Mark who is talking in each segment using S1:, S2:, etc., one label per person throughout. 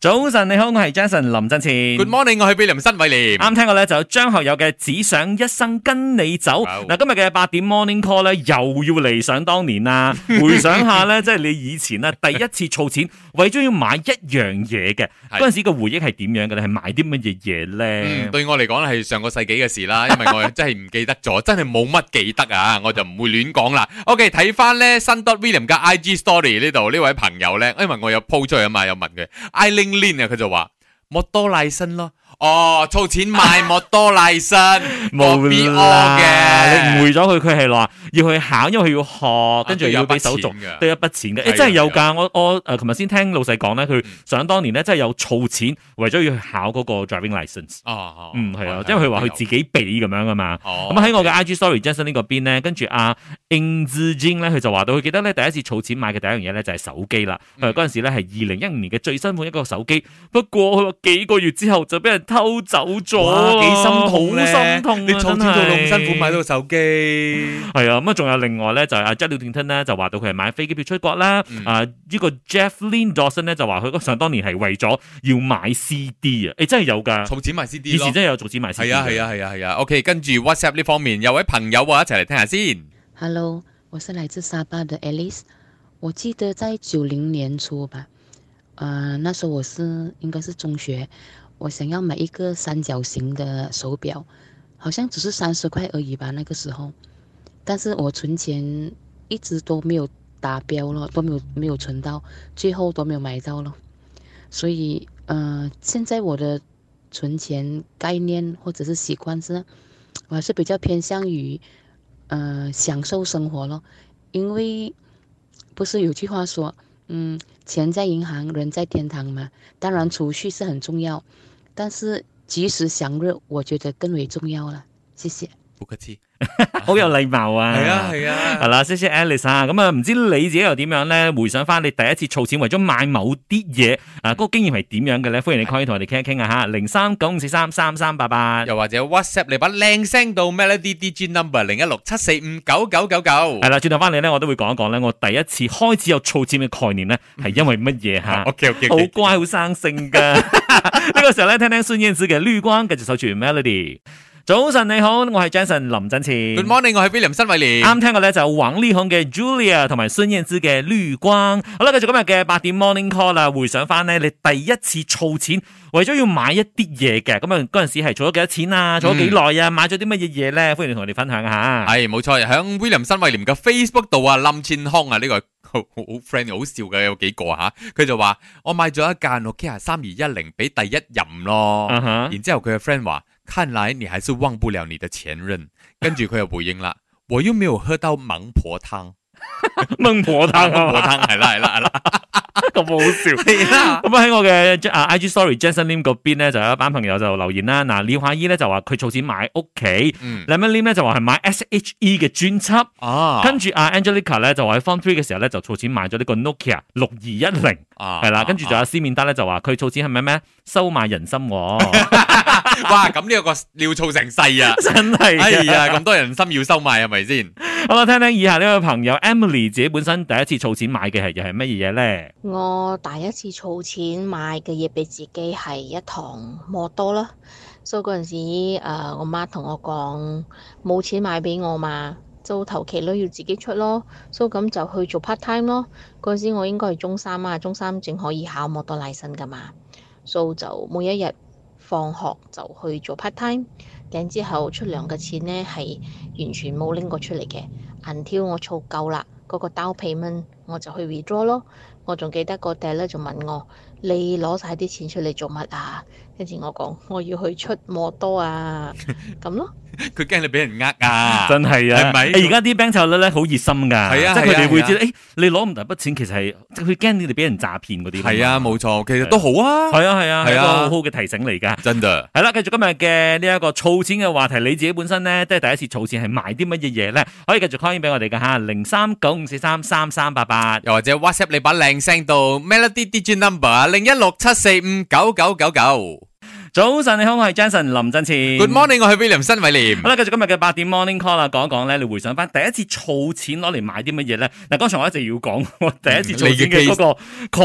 S1: 早晨，你好，我係 Jason 林振前。
S2: Good morning，我係 William 新偉廉。
S1: 啱聽過咧，就有張學友嘅《只想一生跟你走》。
S2: Wow
S1: 嗱，今日嘅八點 Morning Call 咧，又要嚟想當年啦。 回想下咧，即係你以前咧第一次儲錢，為咗要買一樣嘢嘅，
S2: 係
S1: 嗰陣時個回憶係點樣嘅咧？係買啲乜嘢嘢咧
S2: 嗯，？對我嚟講係上個世紀嘅事啦，因 為我真係唔記得咗，真係冇乜記得 啊，我就唔會亂講啦。OK，睇翻咧新 dot William 嘅 IG story 呢度呢位朋友咧，因為我有 po 出去啊嘛，有問佢 I Lin Lin 啊，佢就話莫多賴新咯。哦，儲錢 買莫多賴新，
S1: 冇
S2: B
S1: 啦
S2: O 嘅，
S1: 你誤會咗佢，佢係話要去考，因為佢要學，跟住
S2: 都啊有
S1: 要俾
S2: 筆錢
S1: 手續
S2: 㗎，
S1: 都有一筆錢嘅。
S2: 係啊嗯
S1: 誒，真係有
S2: 係
S1: 㗎！我我誒，琴日先聽老細講咧，佢想當年咧，真係有儲錢，為咗要去考嗰個 driving license。
S2: 哦哦
S1: 嗯，係啊，因為佢話佢自己俾咁樣噶嘛。
S2: 哦
S1: 咁喺我嘅 IG Story Jason 呢個邊咧，跟住阿 Ing z j i n 咧，佢就話到佢記得咧第一次儲錢買嘅第一樣嘢咧就係手機啦。佢話
S2: 嗯
S1: 嗰陣時咧係二零一五年嘅最新款一個手機，不過佢話幾個月之後就俾人偷走咗啊，
S2: 哇幾心痛
S1: 好
S2: 咧
S1: 心痛啊
S2: 你儲錢到咁辛苦買。
S1: 真
S2: 到
S1: 係
S2: 手機。
S1: 係啊，咁啊，仲有另外咧，就係阿 j e l l y Tinton 咧，就話到佢係買飛機票出國啦。
S2: 嗯
S1: 啊，呢個 Jeff Lin Dawson 咧，就話佢嗰想當年係為咗要買 CD 啊，誒真係有㗎，
S2: 儲錢買 CD
S1: 以
S2: 咯
S1: 前。真係有做紙買 CD。
S2: 系啊系。啊系啊系啊，OK，跟住 WhatsApp 呢方面有位朋友啊，一齊嚟聽下先。
S3: Hello，我是来自沙巴的 Alice。我记得在九零年初吧，呃，那时候我是应该是中学，我想要买一个三角形的手表，好像只是三十块而已吧，那个时候。但是我存钱一直都没有达标了，都没有没有存到，最后都没有买到了。所以，呃，现在我的存钱概念或者是习惯是，我还是比较偏向于。呃，享受生活咯。因为不是有句话说，嗯，钱在银行，人在天堂嘛。当然，储蓄是很重要，但是及时享乐，我觉得更为重要了。谢谢。
S2: 不客氣。
S1: 好有禮貌啊！
S2: 係啊係
S1: 係
S2: 啊，
S1: 啦，謝謝 Alice 啊！咁啊，唔知你自己又點樣咧？回想翻你第一次儲錢為咗買某啲嘢
S2: 嗯
S1: 啊，嗰、個經驗係點樣嘅咧？歡迎你 call 同我哋傾一傾啊嚇，零三九五四三三三八八。
S2: 又或者 WhatsApp 你把靚聲到 Melody DJ number 零一六七四五九九九九
S1: 係。啦，轉頭翻嚟咧，我都會講一講咧，我第一次開始有儲錢嘅概念咧，係因為乜 嘢嚇？
S2: 啊 OK OK
S1: 好
S2: OK。
S1: 乖，好生性噶。 呢個時候咧，聽聽孫燕姿嘅《綠光》，繼續守住 Melody。早晨你好，我係 Jason 林振前。
S2: Good morning，我係 William 新偉廉。
S1: 啱聽過咧就有王力宏嘅 Julia 同埋孫燕姿嘅綠光。好啦，繼續今日嘅八點 Morning Call 啦，回想翻咧你第一次儲錢，為咗要買一啲嘢嘅，咁啊嗰陣時係儲咗幾多錢啊？儲咗幾耐啊？買咗啲乜嘢嘢咧？歡迎你同我哋分享下。
S2: 係冇錯，響 William 新偉廉嘅 Facebook 度啊，林千康啊呢個好 好好 friend 好笑嘅有幾個啊吓，佢就話我買咗一架 Nokia 三二一零俾第一任咯。
S1: 啊哈
S2: 然之后佢嘅 friend 话：，看来你还是忘不了你的 前任。跟住佢又回应啦：，我又没有喝到孟婆汤，
S1: 掹婆湯
S2: 孟婆
S1: 啊，
S2: 汤系啦系 啦系啦，
S1: 咁好笑。
S2: 係啦
S1: 咁喺我嘅啊 IG Story Jason Lim 嗰邊咧，就有一班朋友就留言啦。嗱，廖夏依咧就話佢儲錢買屋企，
S2: 嗯
S1: 梁文 Lim 咧就話係買 SHE 嘅專輯，
S2: 啊
S1: 跟住阿 Angelica 咧就話喺 Form Three 嘅時候咧就儲錢買咗呢個 Nokia 六二一零，
S2: 啊
S1: 係啦。跟住就
S2: 啊
S1: 阿斯面德咧就話佢儲錢係咩咩收買人心 喎，
S2: 哇，咁呢一个尿燥 成世啊！
S1: 真係
S2: 哎
S1: 嘅。
S2: 呀，咁多人心要收買係咪先？
S1: 好啦，聽聽以下呢位朋友 Emily 自己本身第一次儲錢買嘅係又係乜嘢嘢咧？
S4: 我第一次儲錢買嘅嘢俾自己係一堂摩多啦，所以嗰陣時、呃、我媽同我講冇錢買俾我嘛，就頭期都要自己出咯，所以咁就去做 part time 咯。嗰陣時我應該係中三啊，中三正可以考摩多賴身噶嘛，所以就每一日放學就去做 part time，頂之後出糧嘅錢呢係完全冇拎過出嚟嘅，until 我儲夠啦，嗰、個 down payment 我就去 withdraw 咯。我仲記得個 d 咧就問我：你攞晒啲錢出嚟做乜啊？跟住我講我要去出摩多啊，咁咯。
S2: 佢驚你俾人呃啊！
S1: 真係啊！
S2: 係咪
S1: 誒而家啲 bank 炒率咧好熱心㗎，
S2: 係啊
S1: 即係佢
S2: 係
S1: 哋
S2: 啊
S1: 會
S2: 係啊
S1: 知道，誒你攞唔大筆錢，其實係即係佢驚你哋俾人詐騙嗰啲㗎嘛。
S2: 係啊，冇錯，其實都好啊，
S1: 係啊係啊，係一
S2: 係
S1: 個
S2: 啊
S1: 好好嘅提醒嚟㗎。
S2: 真的。
S1: 係啦，繼續今日嘅呢一個儲錢嘅話題，你自己本身咧即係第一次儲錢係買啲乜嘢嘢咧？可以繼續 call in 俾我哋㗎吓，零三九五四三三三八八。
S2: 又或者 WhatsApp 你把靚聲到 Melody DJ number 零一六七四五九九九九。
S1: 早晨，你好，我係 Jason 林振前。
S2: Good morning，我係 William 新偉廉
S1: 好。啦，繼續今日嘅八點 morning call 啦，講一講咧，你回想翻第一次儲錢攞嚟買啲乜嘢咧？嗱，剛才我一直要講，我第一次儲錢嘅嗰個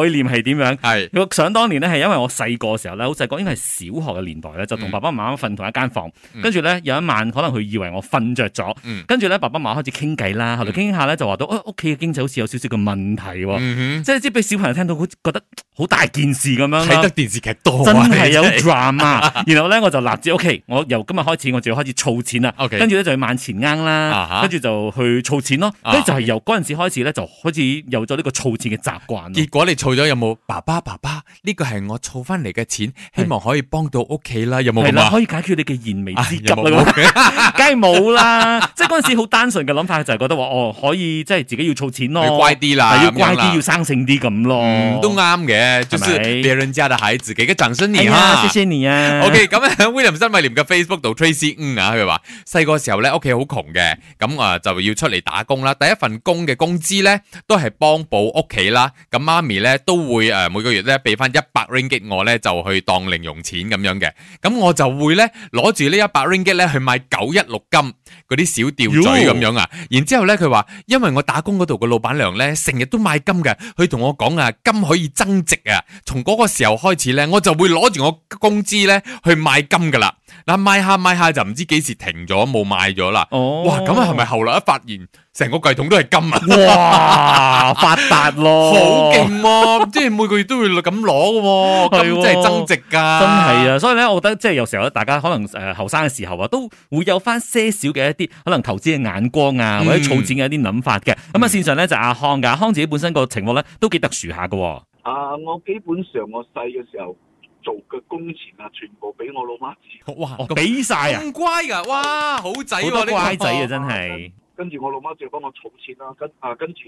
S1: 概念係點樣？
S2: 係
S1: 我想當年咧，係因為我細個嘅時候咧，好細個，應該係小學嘅年代咧，就同爸爸媽媽瞓同一間房，
S2: 嗯
S1: 跟住咧有一晚可能佢以為我瞓着咗
S2: 嗯，
S1: 跟住咧爸爸媽媽開始傾偈啦，後來傾傾下咧就話到，啊屋企嘅經濟好似有少少嘅問題喎，
S2: 嗯
S1: 即係即係俾小朋友聽到好似覺得嗯好大件事咁樣
S2: 哼，
S1: 啦
S2: 睇得電視劇多啊，
S1: 真係有
S2: 你真係
S1: drama，然後咧我就立志，OK，我由今日開始我就要開始儲錢啦。
S2: OK
S1: 跟住咧就去萬前啱
S2: 啊哈
S1: 啦，跟住就去儲錢咯。
S2: 啊
S1: 跟住就係由嗰陣時開始咧，就開始有咗呢個儲錢嘅習慣咯
S2: 結。果你儲咗有冇？爸爸爸爸，呢個係我儲翻嚟嘅錢，希望可以幫到屋企啦，有冇
S1: 係
S2: 咁
S1: 啦，
S2: 啊？
S1: 可以解決你嘅燃眉
S2: 啊
S1: 之急
S2: 有冇
S1: 啦。 梗係冇啦，即係嗰陣時好單純嘅諗法就係覺得話，哦，可以即係自己要儲錢
S2: 你
S1: 咯，
S2: 乖啲啦，
S1: 哦係要
S2: 咁樣
S1: 乖
S2: 啦
S1: 啲，要生性啲咁咯
S2: 嗯，。都啱嘅，就是
S1: 係咪
S2: 別人家的孩子，給個掌聲
S1: 哎
S2: 你
S1: 呀，
S2: 哈
S1: 謝。謝你啊。
S2: O.K. 咁喺 William 新偉廉嘅 Facebook 度 Tracy 嗯啊，佢話細個時候咧屋企好窮嘅，咁啊就要出嚟打工啦。第一份工嘅工資咧都係幫補屋企啦。咁媽咪咧都會誒、呃每個月咧俾翻一百 ringgit 我咧就去當零用錢咁樣嘅。咁我就會咧攞住呢一百 ringgit 咧去買九一六金嗰啲小吊嘴
S1: 喲
S2: 咁樣啊。然之後咧佢話因為我打工嗰度嘅老闆娘咧成日都買金嘅，佢同我講啊金可以增值啊。從嗰個時候開始咧，我就會攞住我工資咧去買金噶啦。嗱，買下買下就唔知幾時停咗，冇買咗啦。
S1: 哦，
S2: 哇！咁啊係咪後來一發現成個櫃桶都係金啊？
S1: 哇，發達咯，
S2: 好勁啊喎！即係每個月都會咁攞嘅喎，
S1: 係
S2: 金
S1: 喎
S2: 真係增值㗎。
S1: 真係！啊，所以咧，我覺得即係有時候大家可能誒後生嘅時候啊，都會有翻些少嘅一啲可能投資嘅眼光啊，
S2: 嗯
S1: 或者儲錢嘅一啲諗法嘅。咁啊、
S2: 嗯
S1: 線上咧就阿康㗎，阿康自己本身個情況咧都幾特殊下嘅喎。
S5: 啊，我基本上我細嘅時候做嘅工錢啊，全部俾我老媽知，
S2: 哇，
S1: 哦，
S2: 咁
S1: 俾晒啊，
S2: 咁乖㗎！哇，好仔
S1: 好
S2: 喎，
S1: 多
S2: 哎呢個
S1: 乖仔啊，真係。
S5: 跟住我老媽就幫我儲錢啦，跟啊跟住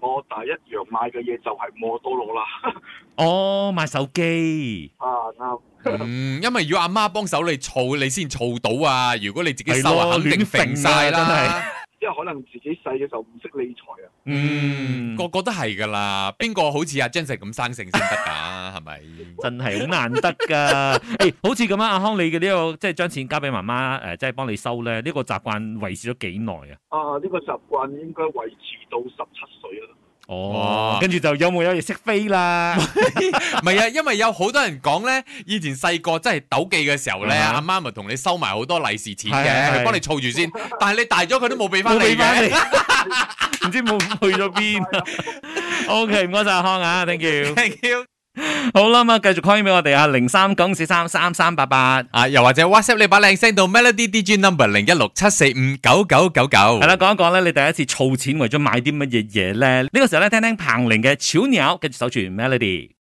S5: 我第一樣買嘅嘢就係摩多羅啦，
S1: 哦，買手機
S5: 啊啱，
S2: 嗯，因為要阿媽幫手你儲，你先儲到啊！如果你自己收
S1: 係
S2: 啊，
S1: 咯
S2: 肯定
S1: 亂揈啊
S2: 揈晒
S1: 真係
S2: 啦。
S5: 因為可能自己細嘅時候唔識理財啊，
S1: 嗯
S2: 個個都係噶啦，邊個好似阿 j a n s e 咁生性先得㗎？係 咪？
S1: 真係好難得 㗎。誒、好似咁啊，阿康你嘅呢、個即係將錢交俾媽媽誒、即係幫你收咧，呢、個習慣維持咗幾耐啊？
S5: 啊呢、個習慣應該維持到十七歲啦，
S1: 哦
S2: 哇，
S1: 跟住就有冇有嘢識飛啦？
S2: 唔係啊，因為有好多人講咧，以前細個真係鬥記嘅時候咧，
S1: 啊哈
S2: 阿媽咪同你收埋好多利是錢
S1: 係係
S2: 嘅，
S1: 係
S2: 佢幫你儲住先。但係你大咗佢都冇俾翻
S1: 冇
S2: 你
S1: 俾翻
S2: 嘅。
S1: 你，唔知冇去咗邊。OK，唔該晒阿康啊，thank you。
S2: Thank you
S1: 好啦，咁啊，繼續 call in 俾我哋啊，零三九四三三三八八。
S2: 啊，又或者 WhatsApp 你把靚聲到 Melody DJ number 零一六七四五九九九九
S1: 係。啦，講一講咧，你第一次儲錢為咗買啲乜嘢嘢咧？呢、個時候咧，聽聽彭玲嘅《小鳥》，跟住守住 Melody。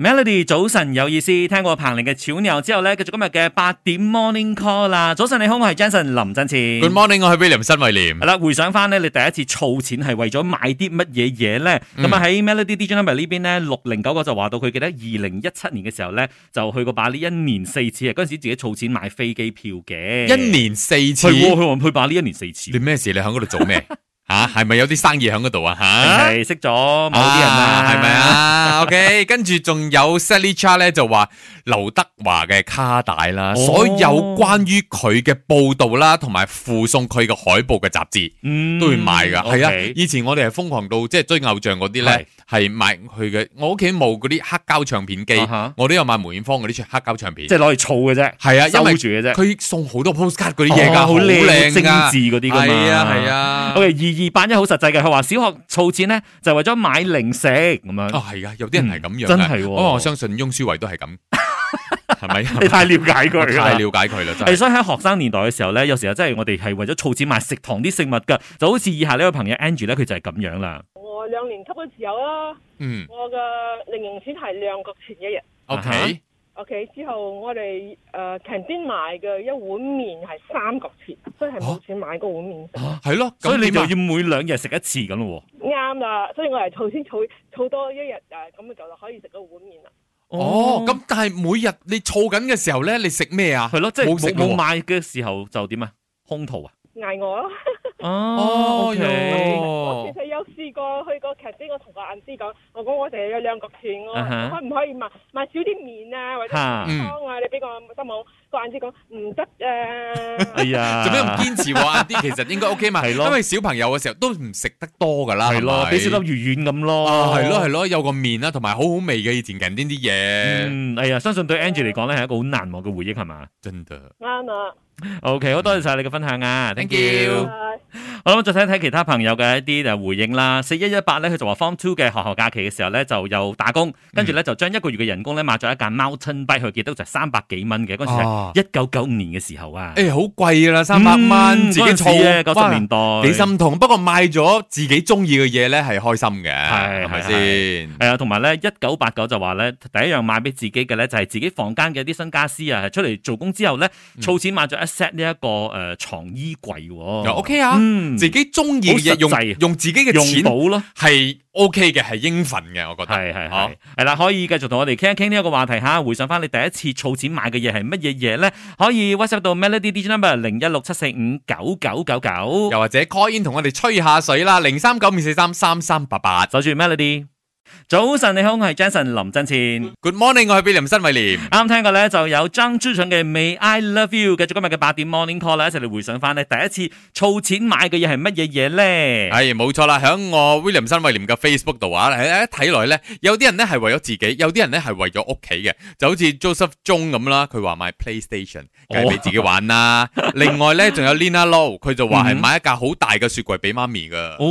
S1: Melody 早晨有意思，聽過彭玲嘅《小鳥》之後咧，繼續今日嘅八點 Morning Call 啦。早晨你好，我係 Jason 林振前。
S2: Good morning，我係 William 新慧廉
S1: 係。啦，回想翻咧，你第一次儲錢係為咗買啲乜嘢嘢咧？
S2: 嗯
S1: 咁啊喺 Melody DJ number 呢邊咧，六零九個就話到佢記得二零一七年嘅時候咧，就去過巴黎一年四次啊！嗰陣時自己儲錢買飛機票嘅，
S2: 一年四次
S1: 係，喎，佢話去巴黎一年四次
S2: 你，咩事？你喺嗰度 做咩？吓，係咪有啲生意喺嗰度啊？吓？
S1: 係識咗某啲人啊，
S2: 係咪？啊？OK，跟住仲有 Sally Cha 咧就話劉德華嘅卡帶啦，
S1: 哦
S2: 所有關於佢嘅報道啦，同埋附送佢嘅海報嘅雜誌
S1: 嗯，
S2: 都會買噶。係啊
S1: OK，
S2: 以前我哋係瘋狂到即係追偶像嗰啲咧，係買佢嘅。我屋企冇嗰啲黑膠唱片機
S1: 啊哈，
S2: 我都有買梅艷芳嗰啲黑膠唱片
S1: 即。係攞嚟儲嘅啫，
S2: 係啊，因為
S1: 收住嘅啫，
S2: 佢送好多 postcard 嗰啲嘢
S1: 哦
S2: 㗎，
S1: 好靚精
S2: 靚㗎，
S1: 緻嗰啲㗎嘛，
S2: 係啊係。啊
S1: O K，二二八一好實際嘅，佢話小學儲錢咧就為咗買零食咁樣，
S2: 啊，係啊，有啲人係咁樣㗎，
S1: 嗯真係喎
S2: 哦我相信翁舒慧都係咁，係咪？
S1: 你太了解
S2: 我
S1: 佢啦
S2: 太。了解佢啦，真
S1: 係，
S2: 係。
S1: 所以喺學生年代嘅時候咧，有時候真係我哋係為咗儲錢買食堂啲食物㗎，就好似以下呢位朋友 Angie 咧，佢就係咁樣啦。
S6: 我兩年級嘅時候啦，
S2: 嗯
S6: 我嘅呃零用錢係兩角錢一日。
S1: 啊哈
S2: ，OK，
S6: OK，之後我哋誒 canteen 買嘅一碗麵係三角錢，所以係冇錢買嗰碗麵食。
S2: 係咯，
S1: 所以你就
S2: 咁點啊
S1: 要每兩日食一次咁咯
S6: 啱啦，所以我係頭先儲儲多一日誒，咁就可以食嗰碗麵啦。
S1: 喎。
S2: 哦，咁但係每日你儲緊嘅時候咧，你食咩啊？
S1: 係咯，即係
S2: 冇食
S1: 冇冇
S2: 喎
S1: 買嘅時候就點啊？空肚啊？
S6: 嗌我啦，
S1: 哦，OK，
S6: 我
S2: 哦
S6: 其實有試過去個 c a n 我同個銀師講，我講我哋有兩角錢，我
S1: 啊
S6: 話
S1: 哈
S6: 可唔可以賣賣少啲面啊，或者
S1: 嚇嗯
S6: 啲湯啊？你俾我得冇？個銀師講唔得啊
S1: 哎
S6: 誒，
S1: 呀，
S2: 做咩咁堅持喎？啲其實應該 OK 嘛，
S1: 係咯
S2: 因為小朋友嘅時候都唔食得多噶啦，
S1: 係咯，
S2: 咪
S1: 俾少粒魚丸咁咯，
S2: 啊，係咯係咯，有個面啦，同埋好好味嘅以前近啲啲嘢，
S1: 嗯，哎呀，相信對 Angie 嚟講咧係一個好難忘嘅回憶係嘛
S2: 真的。
S6: 啱啊！
S1: ？OK，好多謝晒你嘅分享啊，thank
S2: Thank
S1: you
S2: you。
S6: 誒
S1: 好啦，咁再睇一睇其他朋友嘅一啲誒回應啦。四一一八咧，佢就話 Form Two 嘅學校假期嘅時候咧，就有打工，跟住咧就將一個月嘅人工咧買咗一架 Mountain Bike，佢記得就係三百幾蚊嘅，嗰陣時
S2: 啊
S1: 係一九九五年嘅時候啊，
S2: 誒哎好貴啦，三百蚊
S1: 嗯
S2: 自己
S1: 嗰陣時咧
S2: 儲，
S1: 九十
S2: 哇
S1: 年代
S2: 幾心痛。不過買咗自己中意嘅嘢咧，係開心嘅，
S1: 係
S2: 係咪
S1: 係
S2: 先？
S1: 係啊，同埋咧，一九八九就話咧，第一樣買俾自己嘅咧就係自己房間嘅啲新家私啊，係出嚟做工之後咧，
S2: 嗯
S1: 儲錢買咗一 set 呢一個誒床衣櫃喎。
S2: 又 OK 啊，
S1: 嗯，
S2: 自己中意嘅嘢
S1: 好實
S2: 用
S1: 際
S2: 用自己嘅
S1: 用到
S2: 錢
S1: 咯。
S2: 係 OK 嘅，係應份嘅，我覺得。
S1: 係係
S2: 啊
S1: 係係啦，可以繼續同我哋傾一傾呢一個話題吓，回想翻你第一次儲錢買嘅嘢係乜嘢嘢咧？可以 WhatsApp 到 Melody D J number 零一六七四五九九九九，
S2: 又或者 call in 同我哋吹下水啦，零三九二四三三三八八。
S1: 守住 Melody。早晨，你好，我係 Jason 林振前。
S2: Good morning，我係 William 新偉廉。
S1: 啱聽過咧，就有張朱俊嘅《May I Love You》，繼續今日嘅八點 Morning Call 啦，一齊嚟回想翻咧第一次儲錢買嘅嘢係乜嘢嘢咧？
S2: 係冇錯啦，喺我 William 新威廉嘅 Facebook 度啊，喺一睇來咧，有啲人咧係為咗自己，有啲人咧係為咗屋企嘅，就好似 Joseph Jong 咁啦，佢話買 PlayStation
S1: 哦
S2: 梗係俾自己玩 啦。另外咧，仲有 Lina Low，佢就話係買一架好大嘅雪櫃俾媽咪噶。
S1: 嗯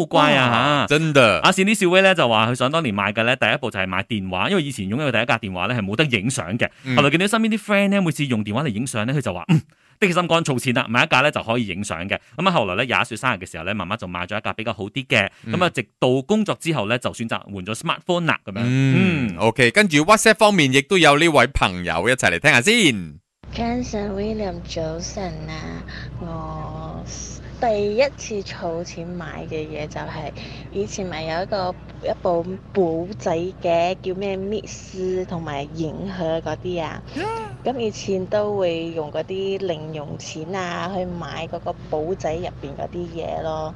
S1: 哦，乖啊吓！
S2: 真的
S1: 阿善啲少威咧就話佢想當年買嘅咧，第一步就係買電話，因為以前擁有第一架電話咧係冇得影相嘅。
S2: 嗯
S1: 後來見到身邊啲 friend 咧，每次用電話嚟影相咧，佢就話嗯。的起心肝儲錢啦，買一架咧就可以影相嘅。咁啊，後來咧廿一歲生日嘅時候咧，媽媽就買咗一架比較好啲嘅。咁啊、直到工作之後咧，就選擇換咗 smartphone 啦咁樣。
S2: 嗯，OK，跟住 WhatsApp 方面亦都有呢位朋友一齊嚟聽下先。
S7: Canson William 早晨啊！我第一次儲錢買嘅嘢就係、以前咪有一個一部簿仔嘅，叫咩 Miss 同埋影響嗰啲啊。咁以前都會用嗰啲零用錢啊，去買嗰個簿仔入邊嗰啲嘢咯。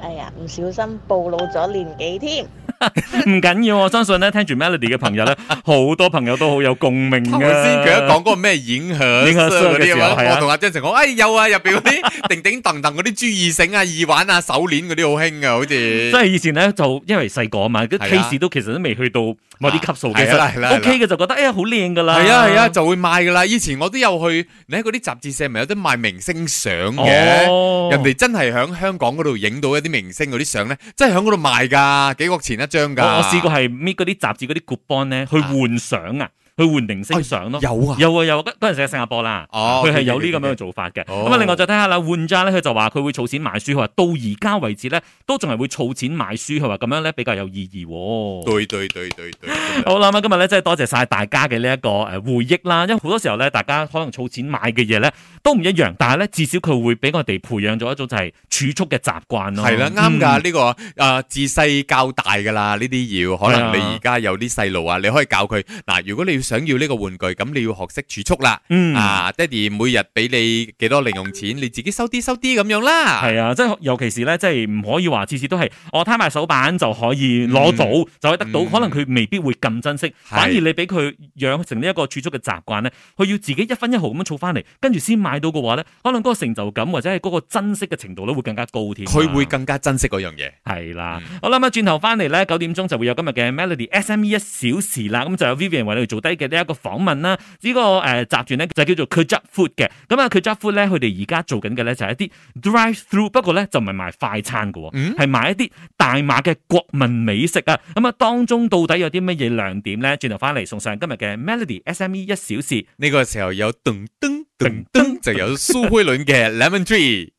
S7: 哎呀，唔小心暴露咗年紀添。
S1: 唔緊要，我相信咧，聽住 Melody 嘅朋友咧， 好多朋友都好有共鳴啊
S2: 頭
S1: 嘅。
S2: 先佢一講嗰個咩影響
S1: 影響
S2: 嗰啲啊
S1: 嘅時候係啊
S2: 嘛，我同阿 Jason 講，哎有啊，入邊嗰啲叮叮噹噹嗰啲珠耳繩啊、耳環啊、手鏈嗰啲好興啊，好似
S1: 即係以前咧，就因為細個啊嘛，啲
S2: 係啊
S1: case 都其實都未去到某啲級數嘅，
S2: 係啦係啦啊係啦
S1: OK 嘅就覺得哎呀好靚噶啦，
S2: 係啊係啊，，就會賣噶啦。以前我都有去，你喺嗰啲雜誌社咪有得賣明星相嘅，
S1: 哦，
S2: 人哋真係喺香港嗰度影到一啲明星嗰啲相咧，真係喺嗰度賣㗎，幾角錢一張㗎。
S1: 我我試過係搣嗰啲雜誌嗰啲 coupon 咧去換相啊，去換明星相咯。
S2: 有啊，
S1: 有啊有啊，嗰嗰陣時喺新加坡啦，
S2: 哦
S1: 佢係有呢
S2: ，OK，OK，OK
S1: 咁樣嘅做法嘅。
S2: 哦
S1: 咁啊，另外再睇下啦，換家咧，佢就話佢會儲錢買書，佢話到而家為止咧，都仲係會儲錢買書，佢話咁樣咧比較有意義喎。
S2: 對對對對對，
S1: 好啦，咁今日咧真係多謝晒大家嘅呢一個誒回憶啦，因為好多時候咧，大家可能儲錢買嘅嘢咧都唔一樣，但係咧至少佢會俾我哋培養咗一種就係儲蓄嘅習慣咯。嗯
S2: 係啦，啱㗎呢個啊，自細教大㗎啦，呢啲要可能
S1: 係啊
S2: 你而家有啲細路啊，你可以教佢嗱，如果你要想要呢個玩具，咁你要學識儲蓄啦。
S1: 嗯。嗯
S2: 啊，爹哋每日俾你幾多零用錢，你自己收啲收啲咁樣啦。
S1: 係啊，即係尤其是咧，即係唔可以話次次都係我攤埋手板就可以攞到，就可以得到。
S2: 嗯
S1: 可能佢未必會咁珍惜，反而你俾佢養成呢一個儲蓄嘅習慣咧，佢要自己一分一毫咁樣儲翻嚟，跟住先買到嘅話咧，可能嗰個成就感或者係嗰個珍惜嘅程度咧會更加高添啊。
S2: 佢會更加珍惜嗰樣嘢。
S1: 系啦，好啦咁啊，轉頭翻嚟咧，九點鐘就會有今日嘅 Melody SME 一小時啦，咁就有 Vivian 為你哋做低嘅呢一個訪問啦。呢、個誒、呃集團咧就叫做 k u j a Food 嘅，咁啊 k u j a Food 咧佢哋而家做緊嘅咧就係一啲 drive through，不過咧就唔係賣快餐嘅喎，
S2: 嗯
S1: 係、賣一啲大馬嘅國民美食啊。咁啊當中到底有啲乜嘢亮點咧？轉頭翻嚟送上今日嘅 Melody SME 一小時。
S2: 呢個時候有噔噔噔噔，就有蘇慧倫嘅 Lemon Tree。